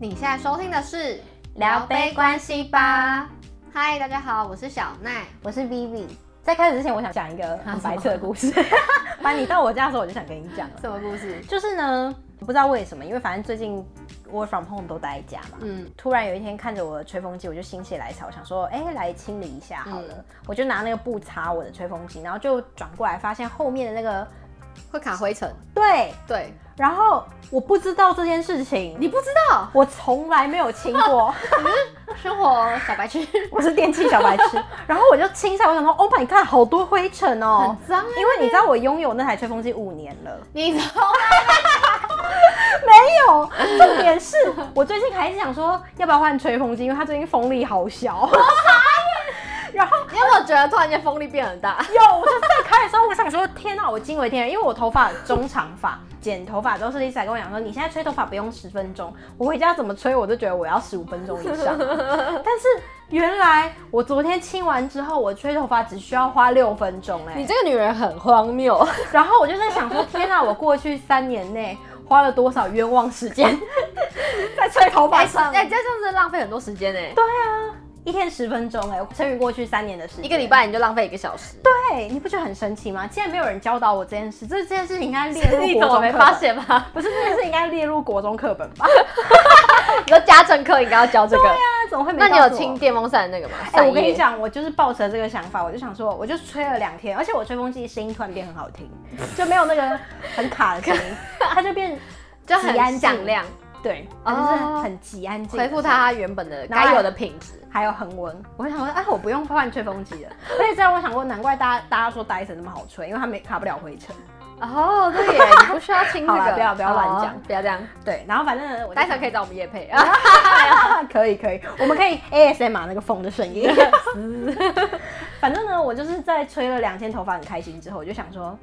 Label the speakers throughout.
Speaker 1: 你现在收听的是《
Speaker 2: 聊杯关系吧》。
Speaker 1: 嗨，大家好，我是小奈。
Speaker 2: 我是 Vivi。在开始之前，我想讲一个很白痴的故事。 反正你到我家的时候，我就想跟你讲了。
Speaker 1: 什么故事？
Speaker 2: 就是呢，不知道为什么，因为反正最近 work from home 都待在家嘛。
Speaker 1: 嗯，
Speaker 2: 突然有一天看着我的吹风机，我就心血来潮，想说，哎、来清理一下好了。
Speaker 1: 嗯
Speaker 2: 我就拿那个布擦我的吹风机，然后就转过来，发现后面的那个
Speaker 1: 会卡灰尘。
Speaker 2: 对，
Speaker 1: 对，
Speaker 2: 然后我不知道这件事情，
Speaker 1: 你不知道，
Speaker 2: 我从来没有清过，
Speaker 1: 生活小白痴
Speaker 2: 我是电器小白痴。然后我就清一下，我想说，Oh my god，好多灰尘哦
Speaker 1: 很。脏啊。
Speaker 2: 因为你知道我拥有那台吹风机五年了，
Speaker 1: 你知道吗？
Speaker 2: 没有。重点是我最近还是想说要不要换吹风机，因为它最近风力好小。然后
Speaker 1: 你有没有觉得突然间风力变很 大？
Speaker 2: 有，我就在开的时候，我想说，天哪，我惊为天人，因为我头发中长发，剪头发之后，设计师还跟我讲说，你现在吹头发不用十分钟，我回家怎么吹，我都觉得我要十五分钟以上。但是原来我昨天清完之后，我吹头发只需要花六分钟、哎，
Speaker 1: 这个女人很荒谬。
Speaker 2: 然后我就在想说，天哪，我过去三年内花了多少冤枉时 间在吹头发
Speaker 1: 哎，
Speaker 2: 上？
Speaker 1: 哎，这样真的浪费很多时间呢。
Speaker 2: 对啊，一天十分钟哎、乘以过去三年的时间，
Speaker 1: 一个礼。拜你就浪费一个小时。
Speaker 2: 对，你不觉得很神奇吗？竟然没有人教导我这件事，这这件事情应该列入
Speaker 1: 你
Speaker 2: 国
Speaker 1: 怎么
Speaker 2: 中
Speaker 1: 没
Speaker 2: 课本
Speaker 1: 发？现吗？
Speaker 2: 不是这件事应该列入国中课本吧？
Speaker 1: 你说家政课应该要教这个。
Speaker 2: 那 怎么会没
Speaker 1: 那
Speaker 2: 告诉
Speaker 1: 你
Speaker 2: 我？
Speaker 1: 有清电风扇的那个吗？
Speaker 2: 哎、
Speaker 1: 扇
Speaker 2: 我跟
Speaker 1: 叶
Speaker 2: 你，讲，我就是抱着这个想法，我就想说，我就吹了两天，而且我吹风机声音突然变很好听，就没有那个很卡的声 音，它就变
Speaker 1: 就
Speaker 2: 极安
Speaker 1: 很
Speaker 2: 静
Speaker 1: 响亮，
Speaker 2: 对，
Speaker 1: 哦
Speaker 2: 就是很极安静，
Speaker 1: 恢复。它原本的
Speaker 2: 然后
Speaker 1: 该有的品质。
Speaker 2: 还有恒温，我就想说，哎，我不用换吹风机了。而且这样我想过，难怪大家大家说 Dyson 那么好吹，因为它没卡不了灰尘。
Speaker 1: 哦，对耶，你不需要清这
Speaker 2: 好
Speaker 1: 个，
Speaker 2: 啦不要不要乱讲
Speaker 1: 好不要这样。
Speaker 2: 对，然后反正我
Speaker 1: 待会可以找我们叶配啊，
Speaker 2: 以，可以可以，我们可以 ASMR 那个风的声音。 反正呢，我就是在吹了两天头发很开心之后，我就想说，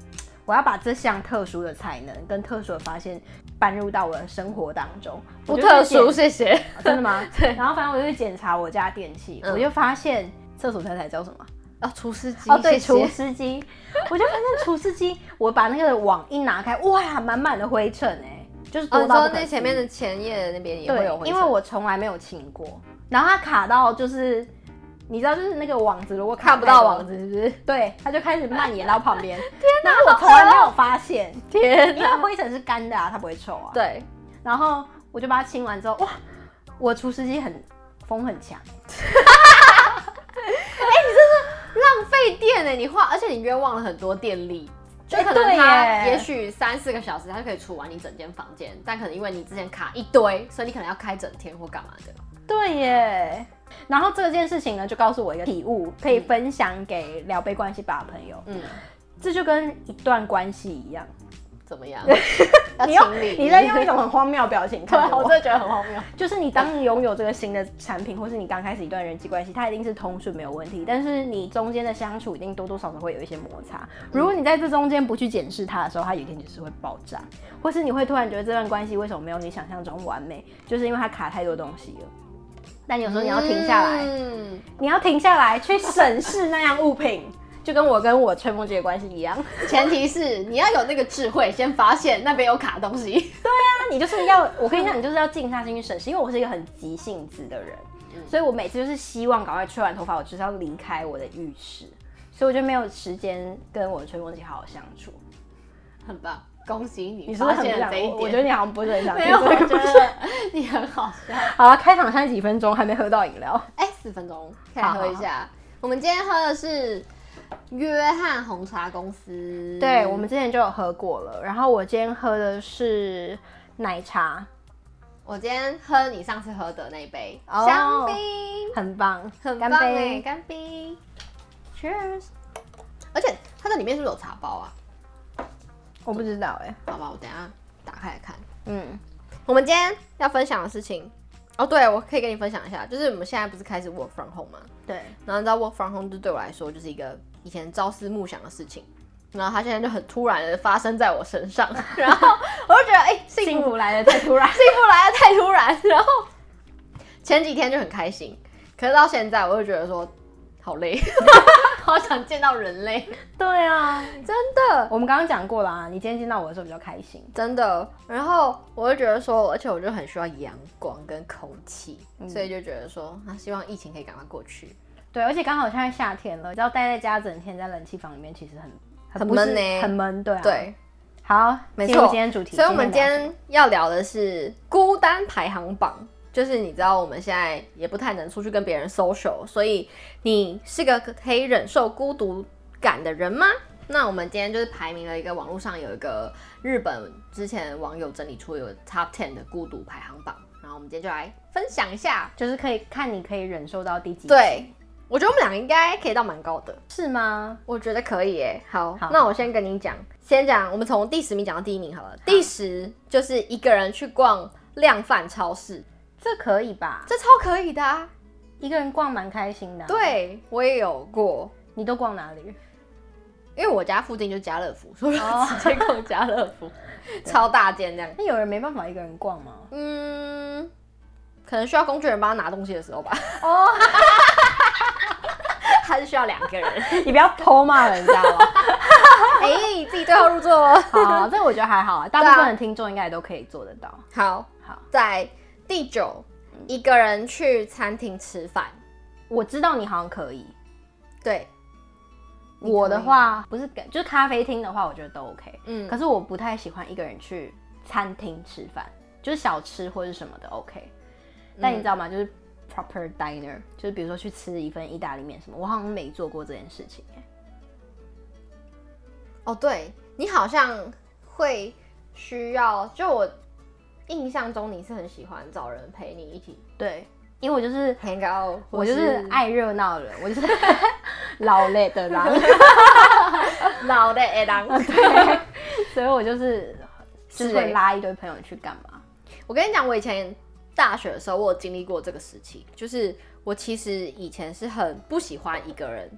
Speaker 2: 我要把这项特殊的才能跟特殊的发现搬入到我的生活当中。
Speaker 1: 不
Speaker 2: 我 就去
Speaker 1: 特殊，谢
Speaker 2: 检
Speaker 1: 谢。
Speaker 2: 真的吗？ 对。然后反正我就去检查我家电器，
Speaker 1: 嗯
Speaker 2: 我就发现厕所太太叫什么？
Speaker 1: 哦，厨师机
Speaker 2: 哦，
Speaker 1: 谢
Speaker 2: 对，
Speaker 1: 谢
Speaker 2: 除湿机， 我就发现除湿机，我把那个网一拿开，哇，满满的灰尘哎、就是
Speaker 1: 哦，
Speaker 2: 多
Speaker 1: 你
Speaker 2: 到
Speaker 1: 说
Speaker 2: 不
Speaker 1: 那
Speaker 2: 可思议
Speaker 1: 前面的前叶那边也会有灰尘，
Speaker 2: 对，因为我从来没有清过，然后它卡到就是，你知道，就是那个网子如果卡
Speaker 1: 看不到
Speaker 2: 太多
Speaker 1: 网，子是不是？
Speaker 2: 对，它就开始蔓延到旁 边。天哪，我从来没有发现，
Speaker 1: 天
Speaker 2: 因为
Speaker 1: 哪！
Speaker 2: 灰尘是干的啊，它不会臭啊。，
Speaker 1: 对，
Speaker 2: 然后我就把它清完之后，哇，我除湿机很风很强，
Speaker 1: 浪费电呢，你花，而且你冤枉了很多电力。就
Speaker 2: 哎
Speaker 1: 可能
Speaker 2: 对
Speaker 1: 它
Speaker 2: 耶
Speaker 1: 也许三四个小时，它就可以除完你整间房间，但可能因为你之前卡一堆，所以你可能要开整天或干嘛的。
Speaker 2: 对耶。然后这件事情呢，就告诉我一个体悟，可以分享给聊杯关系吧的朋友。
Speaker 1: 嗯，
Speaker 2: 这就跟一段关系一样，
Speaker 1: 怎么 样？要
Speaker 2: 你用
Speaker 1: 清理，
Speaker 2: 你在 用一种很荒谬的表情
Speaker 1: 啊对啊
Speaker 2: 看，着
Speaker 1: 我
Speaker 2: 我
Speaker 1: 真。的觉得很荒谬。
Speaker 2: 就是你当你拥有这个新的产品，或是你刚开始一段人际关系，它一定是通顺没有问题。但是你中间的相处，一定多多少少会有一些摩擦。如果你在这中间不去检视它的时候，它有一天就是会爆炸，或是你会突然觉得这段关系为什么没有你想象中完美，就是因为它卡太多东西了。但有时候你要停下来，
Speaker 1: 嗯，
Speaker 2: 你要停下来去审视那样物品， 就跟我跟我吹风机的关系一样。
Speaker 1: 前提是你要有那个智慧，先发现那边有卡东西。
Speaker 2: 你就是要，我跟你讲，你就是要静下心去审视，因为我是一个很急性子的人，所以我每次就是希望赶快吹完头发，我就是要离开我的浴室，所以我就没有时间跟我的吹风机好好相处。
Speaker 1: 很棒，恭喜你！
Speaker 2: 你是不是
Speaker 1: 发
Speaker 2: 很不
Speaker 1: 现了
Speaker 2: 想
Speaker 1: 这一？点？
Speaker 2: 我我觉得你好像不是很 想听
Speaker 1: 没有，
Speaker 2: 这
Speaker 1: 我
Speaker 2: 个
Speaker 1: 觉
Speaker 2: 故事。
Speaker 1: 得你很好笑。
Speaker 2: 好了，开场现在几分钟，还没喝到饮料。
Speaker 1: 哎、四分钟，可以
Speaker 2: 好好
Speaker 1: 喝一下。我们今天喝的是约翰红茶公司。
Speaker 2: 对，我们之前就有喝过了，然后我今天喝的是奶茶，
Speaker 1: 我今天喝你上次喝的那一杯、
Speaker 2: 哦
Speaker 1: 香槟，
Speaker 2: 很棒，欸
Speaker 1: 很
Speaker 2: 干
Speaker 1: 棒哎，
Speaker 2: 杯。
Speaker 1: 干杯，Cheers！而且它这里面是不是有茶包啊？
Speaker 2: 我不知道哎、
Speaker 1: 好吧，我等一下打开来看。
Speaker 2: 嗯，
Speaker 1: 我们今天要分享的事情，哦，对，我可以跟你分享一下，就是我们现在不是开始 work from home 吗？
Speaker 2: 对，
Speaker 1: 然后你知道 work from home 就对我来说就是一个以前朝思暮想的事情，然后它现在就很突然的发生在我身 上，然后我就觉得哎、幸福幸
Speaker 2: 幸福来的太突然。
Speaker 1: 福来的太突然， 然后前几天就很开心，可是到现在我就觉得说好累， 好想见到人类，
Speaker 2: 对啊，
Speaker 1: 真的。
Speaker 2: 我们刚刚讲过啦，你今天见到我的时候比较开心，
Speaker 1: 真的，然后我就觉得说，而且我就很需要阳光跟空气，所以就觉得说，啊，希望疫情可以赶快过去。
Speaker 2: 对，而且刚好现在夏天了，只要待在家整天在冷气房里面，其实很
Speaker 1: 很
Speaker 2: 不是
Speaker 1: 闷欸
Speaker 2: 很闷，对啊。，
Speaker 1: 对，
Speaker 2: 好，
Speaker 1: 没
Speaker 2: 进入
Speaker 1: 错。
Speaker 2: 今天主题，
Speaker 1: 所以我们今
Speaker 2: 聊什么
Speaker 1: 天要聊的是孤单排行榜，就是你知道我们现在也不太能出去跟别人 social，所以你是个可以忍受孤独感的人吗？那我们今天就是排名了一个网络上有一个日本之前网友整理出有 top ten 的孤独排行榜，然后我们今天就来分享一下。
Speaker 2: 就是可以看你可以忍受到第几，，
Speaker 1: 对，我觉得我们两个应该可以到蛮高的，
Speaker 2: 是吗？
Speaker 1: 我觉得可以耶。好，
Speaker 2: 好
Speaker 1: 那我先跟你讲，先讲我们从第十名讲到第一名好了。第十就是一个人去逛量贩超市，
Speaker 2: 这可以吧？
Speaker 1: 这超可以的啊！
Speaker 2: 一个人逛蛮开心的、，啊
Speaker 1: 对我也有过，
Speaker 2: 你都逛哪里？
Speaker 1: 因为我家附近就是家乐福，所以
Speaker 2: 哦
Speaker 1: 我 就直 接逛家乐福，超大间这样。
Speaker 2: 那有人没办法一个人逛吗？
Speaker 1: 嗯，可能需要工具人帮他拿东西的时候吧。
Speaker 2: 哦，
Speaker 1: 他是需要两个人，
Speaker 2: 你不要偷骂人家了。
Speaker 1: 哎、自己对号入座哦。
Speaker 2: 好，这我觉得还好啊，大部
Speaker 1: 对
Speaker 2: 分
Speaker 1: 啊
Speaker 2: 的听众应该也都可以做得到。
Speaker 1: 好，
Speaker 2: 好，
Speaker 1: 在第九，一个人去餐厅吃饭。
Speaker 2: 我知道你好像可以。
Speaker 1: 对，你
Speaker 2: 我
Speaker 1: 可以
Speaker 2: 的话不是给，就是咖啡厅的话，我觉得都 OK。
Speaker 1: 嗯
Speaker 2: 可是我不太喜欢一个人去餐厅吃饭，就是小吃或是什么的 OK。但
Speaker 1: 嗯
Speaker 2: 你知道吗？就是 proper diner，就是比如说去吃一份意大利面什么，我好像没做过这件事情、欸。
Speaker 1: 哦，对你好像会需要，就我印象中你是很喜欢找人陪你一起
Speaker 2: 对，因为我就是。
Speaker 1: hang out，
Speaker 2: 我
Speaker 1: 或
Speaker 2: 就是爱热闹的人，我就是 老累的狼，
Speaker 1: 老的爱当。
Speaker 2: 所以我就是就是
Speaker 1: 是
Speaker 2: 会
Speaker 1: 欸
Speaker 2: 拉一堆朋友去干嘛？
Speaker 1: 我跟你讲，我以前大学的时候，我有经历过这个时期，就是我其实以前是很不喜欢一个人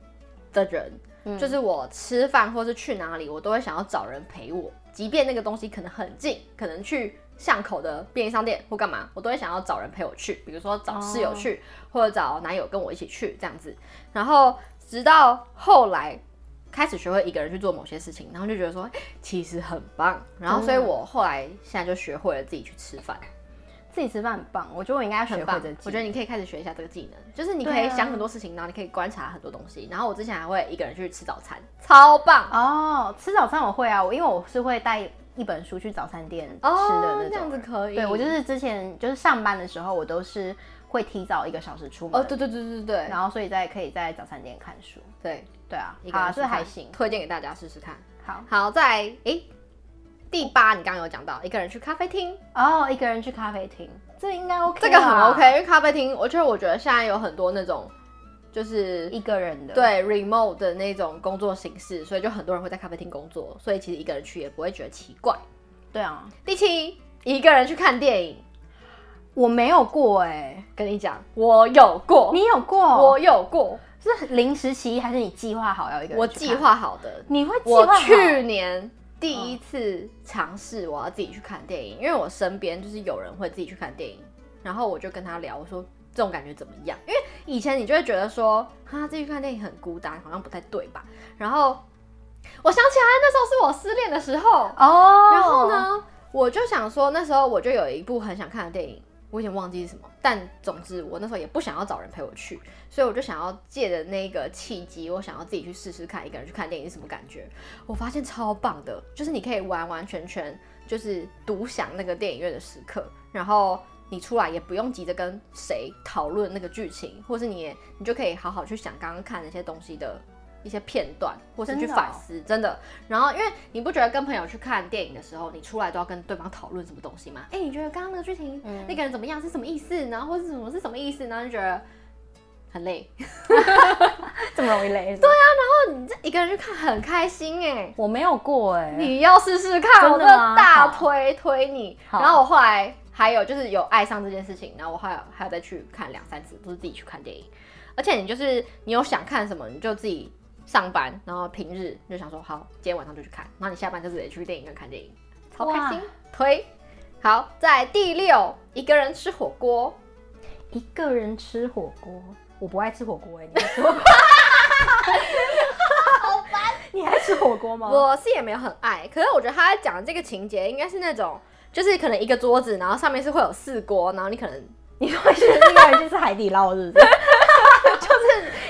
Speaker 1: 的人，就是我吃饭或是去哪里，我都会想要找人陪我，即便那个东西可能很近，可能去巷口的便利商店或干嘛，我都会想要找人陪我去，比如说找室友去，或者找男友跟我一起去这样子。然后直到后来开始学会一个人去做某些事情，然后就觉得说欸其实很棒。然后所以我后来现在就学会了自己去吃饭，
Speaker 2: 自己吃饭很棒，我觉得我应该要学
Speaker 1: 很
Speaker 2: 会
Speaker 1: 棒
Speaker 2: 这技。。
Speaker 1: 我觉得你可以开始学一下这个技能，就是你
Speaker 2: 对
Speaker 1: 可
Speaker 2: 啊
Speaker 1: 以想很多事情，然后你可以观察很多东西。然后我之前还会一个人去吃早餐，超棒。
Speaker 2: 哦，吃早餐我会啊，我因为我是会带一本书去早餐店吃的那种。
Speaker 1: 哦这样子可以。
Speaker 2: 对我就是之前就是上班的时候，我都是会提早一个小时出门，
Speaker 1: 哦，对对对对对
Speaker 2: 然后所以在可以在早餐店看书。
Speaker 1: 对，
Speaker 2: 对啊
Speaker 1: 一，个
Speaker 2: 好啊，
Speaker 1: 人吃
Speaker 2: 这
Speaker 1: 饭
Speaker 2: 还行。
Speaker 1: 推荐给大家试试看。
Speaker 2: 好
Speaker 1: 好，再来诶，第八你刚刚有讲到一个人去咖啡厅，
Speaker 2: 哦，一个人去咖啡厅，这应该 OK，
Speaker 1: 这个很
Speaker 2: 啦
Speaker 1: OK，因为咖啡厅，而且我觉得现在有很多那种就是
Speaker 2: 一个人的。，
Speaker 1: 对 remote 的那种工作形式，所以就很多人会在咖啡厅工作，所以其实一个人去也不会觉得奇怪。
Speaker 2: 对啊，
Speaker 1: 第七，一个人去看电影，
Speaker 2: 我没有过哎、
Speaker 1: 跟你讲，我有过，
Speaker 2: 你有过？
Speaker 1: 哦我有过，
Speaker 2: 是临时起意还是你计划好要一个人？
Speaker 1: 我计，划好的，
Speaker 2: 你会计划
Speaker 1: 我
Speaker 2: 好嗯
Speaker 1: 去年第一次尝试我要自己去看电影，因为我身边就是有人会自己去看电影，然后我就跟他聊，我说这种感觉怎么样？因为以前你就会觉得说，哈，自己去看电影很孤单，好像不太对吧？然后我想起来那时候是我失恋的时候，
Speaker 2: 哦，
Speaker 1: 然后？呢，我就想说那时候我就有一部很想看的电影。我有点忘记是什么，但总之我那时候也不想要找人陪我去，所以我就想要借着那个契机，我想要自己去试试看一个人去看电影是什么感觉。我发现超棒的，就是你可以完完全全就是独享那个电影院的时刻，然后你出来也不用急着跟谁讨论那个剧情，或是你也你就可以好好去想刚刚看那些东西的一些片段，或是去
Speaker 2: 真的哦
Speaker 1: 反思，真的。然后因为你不觉得跟朋友去看电影的时候，你出来都要跟对方讨论什么东西吗？哎、你觉得刚刚那个剧情、
Speaker 2: 嗯
Speaker 1: 那个人怎么样是什么意思？然后或是什么是什么意思？然后就觉得很累。
Speaker 2: 这么容易累？对啊，
Speaker 1: 哦，你这一个人去看很开心哎、
Speaker 2: 我没有过哎、
Speaker 1: 你要试试看，
Speaker 2: 真
Speaker 1: 我
Speaker 2: 的
Speaker 1: 就
Speaker 2: 吗
Speaker 1: 大推推你。
Speaker 2: 好
Speaker 1: 然后我后来还有就是有爱上这件事情，然后我还有还有再去看两三次，不是自己去看电影。而且你就是你有想看什么，你就自己上班，然后平日你就想说好，今天晚上就去看，然后你下班就直接去电影院看电影，超开心
Speaker 2: 哇，
Speaker 1: 推。好，在第六，一个人吃火锅，
Speaker 2: 欸一个人吃火锅，我不爱吃火锅哎、你说你还吃火锅吗？
Speaker 1: 我是也没有很爱，可是我觉得他在讲的这个情节应该是那种，就是可能一个桌子，然后上面是会有四锅，然后你可 能
Speaker 2: 你说是那个人就是海底捞，是 不是？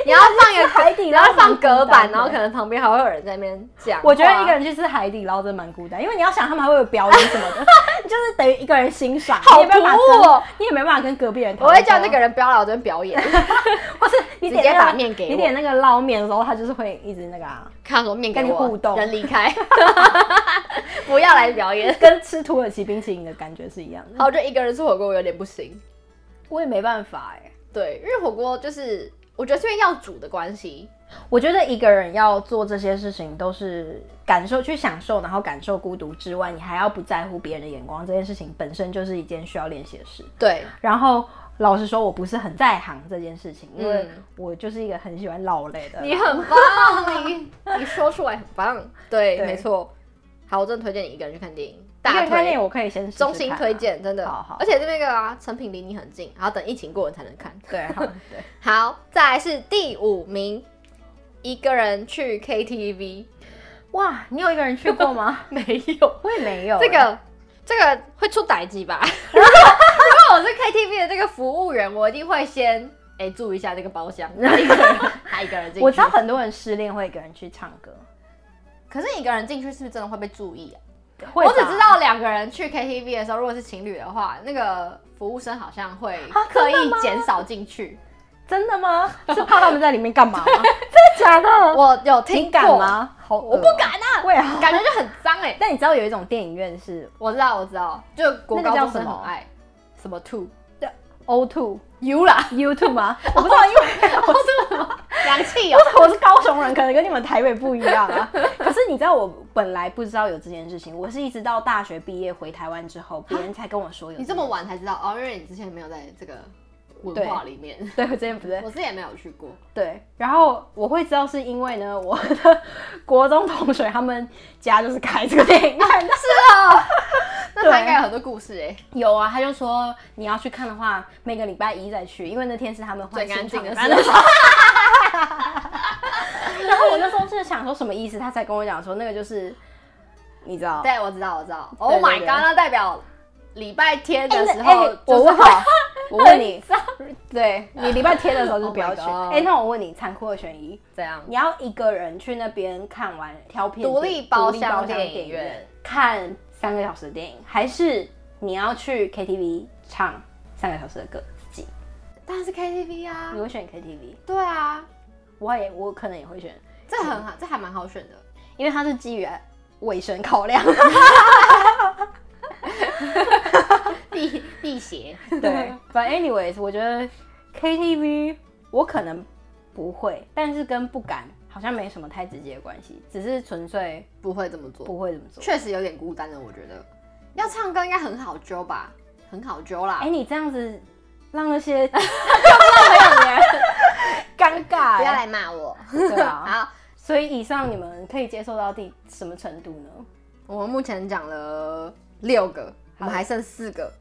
Speaker 1: 你要放一
Speaker 2: 是
Speaker 1: 个
Speaker 2: 海底捞
Speaker 1: 然后放隔板，
Speaker 2: 蛮孤单的
Speaker 1: 然后可能旁边还会有人在那边讲话。
Speaker 2: 我觉得一个人去吃海底捞真的蛮孤单，因为你要想他们还会有表演什么 的，你就是等于一个人欣赏，
Speaker 1: 好
Speaker 2: 你也没办法
Speaker 1: 突兀哦
Speaker 2: 跟你也没办法跟隔壁人讨
Speaker 1: 我
Speaker 2: 论。
Speaker 1: 会叫那个人不要来我这边表 演，
Speaker 2: 或是你点
Speaker 1: 直接
Speaker 2: 那个
Speaker 1: 把面给我
Speaker 2: 你点那个捞面的时候，他就是会一直那个啊，
Speaker 1: 看他说面给
Speaker 2: 跟你
Speaker 1: 我，
Speaker 2: 互动
Speaker 1: 人离开， 不要来表演。
Speaker 2: 跟吃土耳其冰淇淋的感觉是一样的。
Speaker 1: 然后就一个人吃火锅，我有点不行。
Speaker 2: 我也没办法
Speaker 1: 欸
Speaker 2: 哎、
Speaker 1: 对，因为火锅就是我觉得是因为要煮的关系，
Speaker 2: 我觉得一个人要做这些事情，都是感受去享受，然后感受孤独之外，你还要不在乎别人的眼光，这件事情本身就是一件需要练习的事。
Speaker 1: 对，
Speaker 2: 然后老实说，我不是很在行这件事情，因为
Speaker 1: 嗯
Speaker 2: 我就是一个很喜欢老累 的人。
Speaker 1: 你很棒， 你你说出来很棒，对，
Speaker 2: 对
Speaker 1: 没错。好，我真的推荐你一个人去看电影，
Speaker 2: 一个
Speaker 1: 大
Speaker 2: 人看
Speaker 1: 推
Speaker 2: 电影，。我可以先试试
Speaker 1: 衷心
Speaker 2: 看啊
Speaker 1: 推。荐，真的，
Speaker 2: 好好
Speaker 1: 而且这那个啊，成品离你很近，然后等疫情过了才能看。
Speaker 2: 对，好，对，
Speaker 1: 好，再来是第五名，一个人去 KTV
Speaker 2: 哇，你有一个人去过吗？
Speaker 1: 没有？
Speaker 2: 我也没有欸、
Speaker 1: 这个这个会出歹机 吧？如果我是 KTV 的这个服务员，我一定会先哎、注意一下这个包 厢，哪一个人哪一个人进去？
Speaker 2: 我知道，很多人失恋会一个人去唱歌，
Speaker 1: 可是一个人进去是不是真的会被注意啊？
Speaker 2: 会
Speaker 1: 我只
Speaker 2: 吧
Speaker 1: 知道两个人去 KTV 的时候，如果是情侣的话，那个服务生好像会
Speaker 2: 啊
Speaker 1: 刻
Speaker 2: 真的
Speaker 1: 意
Speaker 2: 吗
Speaker 1: 减少进去。
Speaker 2: 真的吗？ 是怕他们在里面干嘛 吗？真的假的？
Speaker 1: 我有
Speaker 2: 你
Speaker 1: 听
Speaker 2: 敢
Speaker 1: 过？
Speaker 2: 吗？好恶
Speaker 1: 我
Speaker 2: 哦，
Speaker 1: 不敢啊，
Speaker 2: 我也好。
Speaker 1: 感觉就很脏哎、
Speaker 2: 但你知道有一种电影院是
Speaker 1: 我知道，我知道，就国
Speaker 2: 那
Speaker 1: 高
Speaker 2: 个叫
Speaker 1: 中
Speaker 2: 什
Speaker 1: 生
Speaker 2: 么
Speaker 1: 很爱什么 two
Speaker 2: O Two
Speaker 1: you 啦，
Speaker 2: U Two 吗？我不知
Speaker 1: 哦
Speaker 2: 道，因为我是
Speaker 1: 洋气哦、
Speaker 2: 我是高雄人，可能跟你们台北不一样啊。可是你知道，我本来不知道有这件事情，我是一直到大学毕业回台湾之后，别人才跟我说有。
Speaker 1: 你这么晚才知道哦，因为你之前没有在这个文化里面，
Speaker 2: 对，我之前不对
Speaker 1: 我之前也没有去过。
Speaker 2: 对。然后我会知道是因为呢，我的国中同学他们家就是开这个电影 院的。哦
Speaker 1: 那他应该有很多故事哎、
Speaker 2: 有啊，他就说你要去看的话，每个礼拜一再去，因为那天是他们换
Speaker 1: 最干净的
Speaker 2: 新床单
Speaker 1: 时候。
Speaker 2: 然后我那时候是想说什么意思，他才跟我讲说那个就是，你知道。
Speaker 1: 对，我知道，我知 道。
Speaker 2: 对
Speaker 1: Oh my god，
Speaker 2: 对
Speaker 1: 那代表礼拜天的时
Speaker 2: 哎那
Speaker 1: 候
Speaker 2: 哎
Speaker 1: 就
Speaker 2: 我
Speaker 1: 是
Speaker 2: 问
Speaker 1: 好，
Speaker 2: 我问你，对你礼拜天的时候就是不 要去。哎
Speaker 1: Oh my god
Speaker 2: 那我问你，残酷二选一，
Speaker 1: 怎样？
Speaker 2: 你要一个人去那边看完挑片，
Speaker 1: 独立包
Speaker 2: 独立
Speaker 1: 厢
Speaker 2: 电
Speaker 1: 电
Speaker 2: 影
Speaker 1: 影
Speaker 2: 院
Speaker 1: 院
Speaker 2: 看三个小时的电影，还是你要去 KTV 唱三个小时的歌自己？
Speaker 1: 当然是 KTV 啊
Speaker 2: 你。会选 KTV？
Speaker 1: 对啊，
Speaker 2: 我也我可能也会选，
Speaker 1: 这很好，这还蛮好 选的。
Speaker 2: 因为它是基于卫生考量。
Speaker 1: 辟辟邪，
Speaker 2: 对，反正 anyways，我觉得 KTV 我可能不会，但是跟不敢好像没什么太直接的关系，只是纯粹
Speaker 1: 不会这么做。
Speaker 2: 不会怎么做。
Speaker 1: 确实有点孤单的，我觉得。要唱歌应该很好揪吧，很好揪啦。
Speaker 2: 哎、你这样子让 那些看不到朋友的人尴尬、
Speaker 1: 不要
Speaker 2: 欸，
Speaker 1: 来骂我。
Speaker 2: 对啊。
Speaker 1: 好，
Speaker 2: 所以以上你们可以接受到第什么程度呢？
Speaker 1: 我们目前讲了六个，我们还剩四个，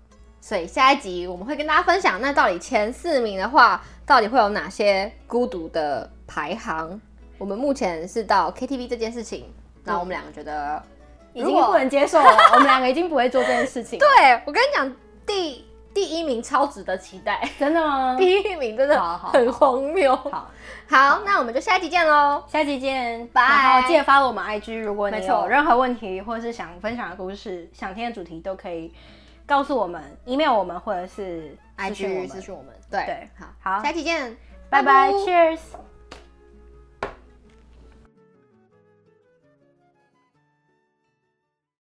Speaker 1: 所以下一集我们会跟大家分享，那到底前四名的话，到底会有哪些孤独的排行？我们目前是到 KTV 这件事情，那我们两个觉得，
Speaker 2: 已
Speaker 1: 如
Speaker 2: 经
Speaker 1: 果
Speaker 2: 不能接受了，我们两个已经不会做这件事 情了。
Speaker 1: 对我跟你讲，第第一名超值得期待，
Speaker 2: 真的吗？
Speaker 1: 第一名真的
Speaker 2: 好好
Speaker 1: 很荒谬。
Speaker 2: 好，
Speaker 1: 好，那我们就下一集见喽。
Speaker 2: 下期见，
Speaker 1: 拜
Speaker 2: 然后记得发我们 IG，如果你
Speaker 1: 没
Speaker 2: 有
Speaker 1: 错
Speaker 2: 任何问题或者是想分享的故事、想听的主题，都可以告诉我们，email 我们或者是私讯我
Speaker 1: IG
Speaker 2: 们
Speaker 1: 私讯我们，对
Speaker 2: 对
Speaker 1: 好，
Speaker 2: 好
Speaker 1: 下期见，
Speaker 2: 拜拜，Cheers。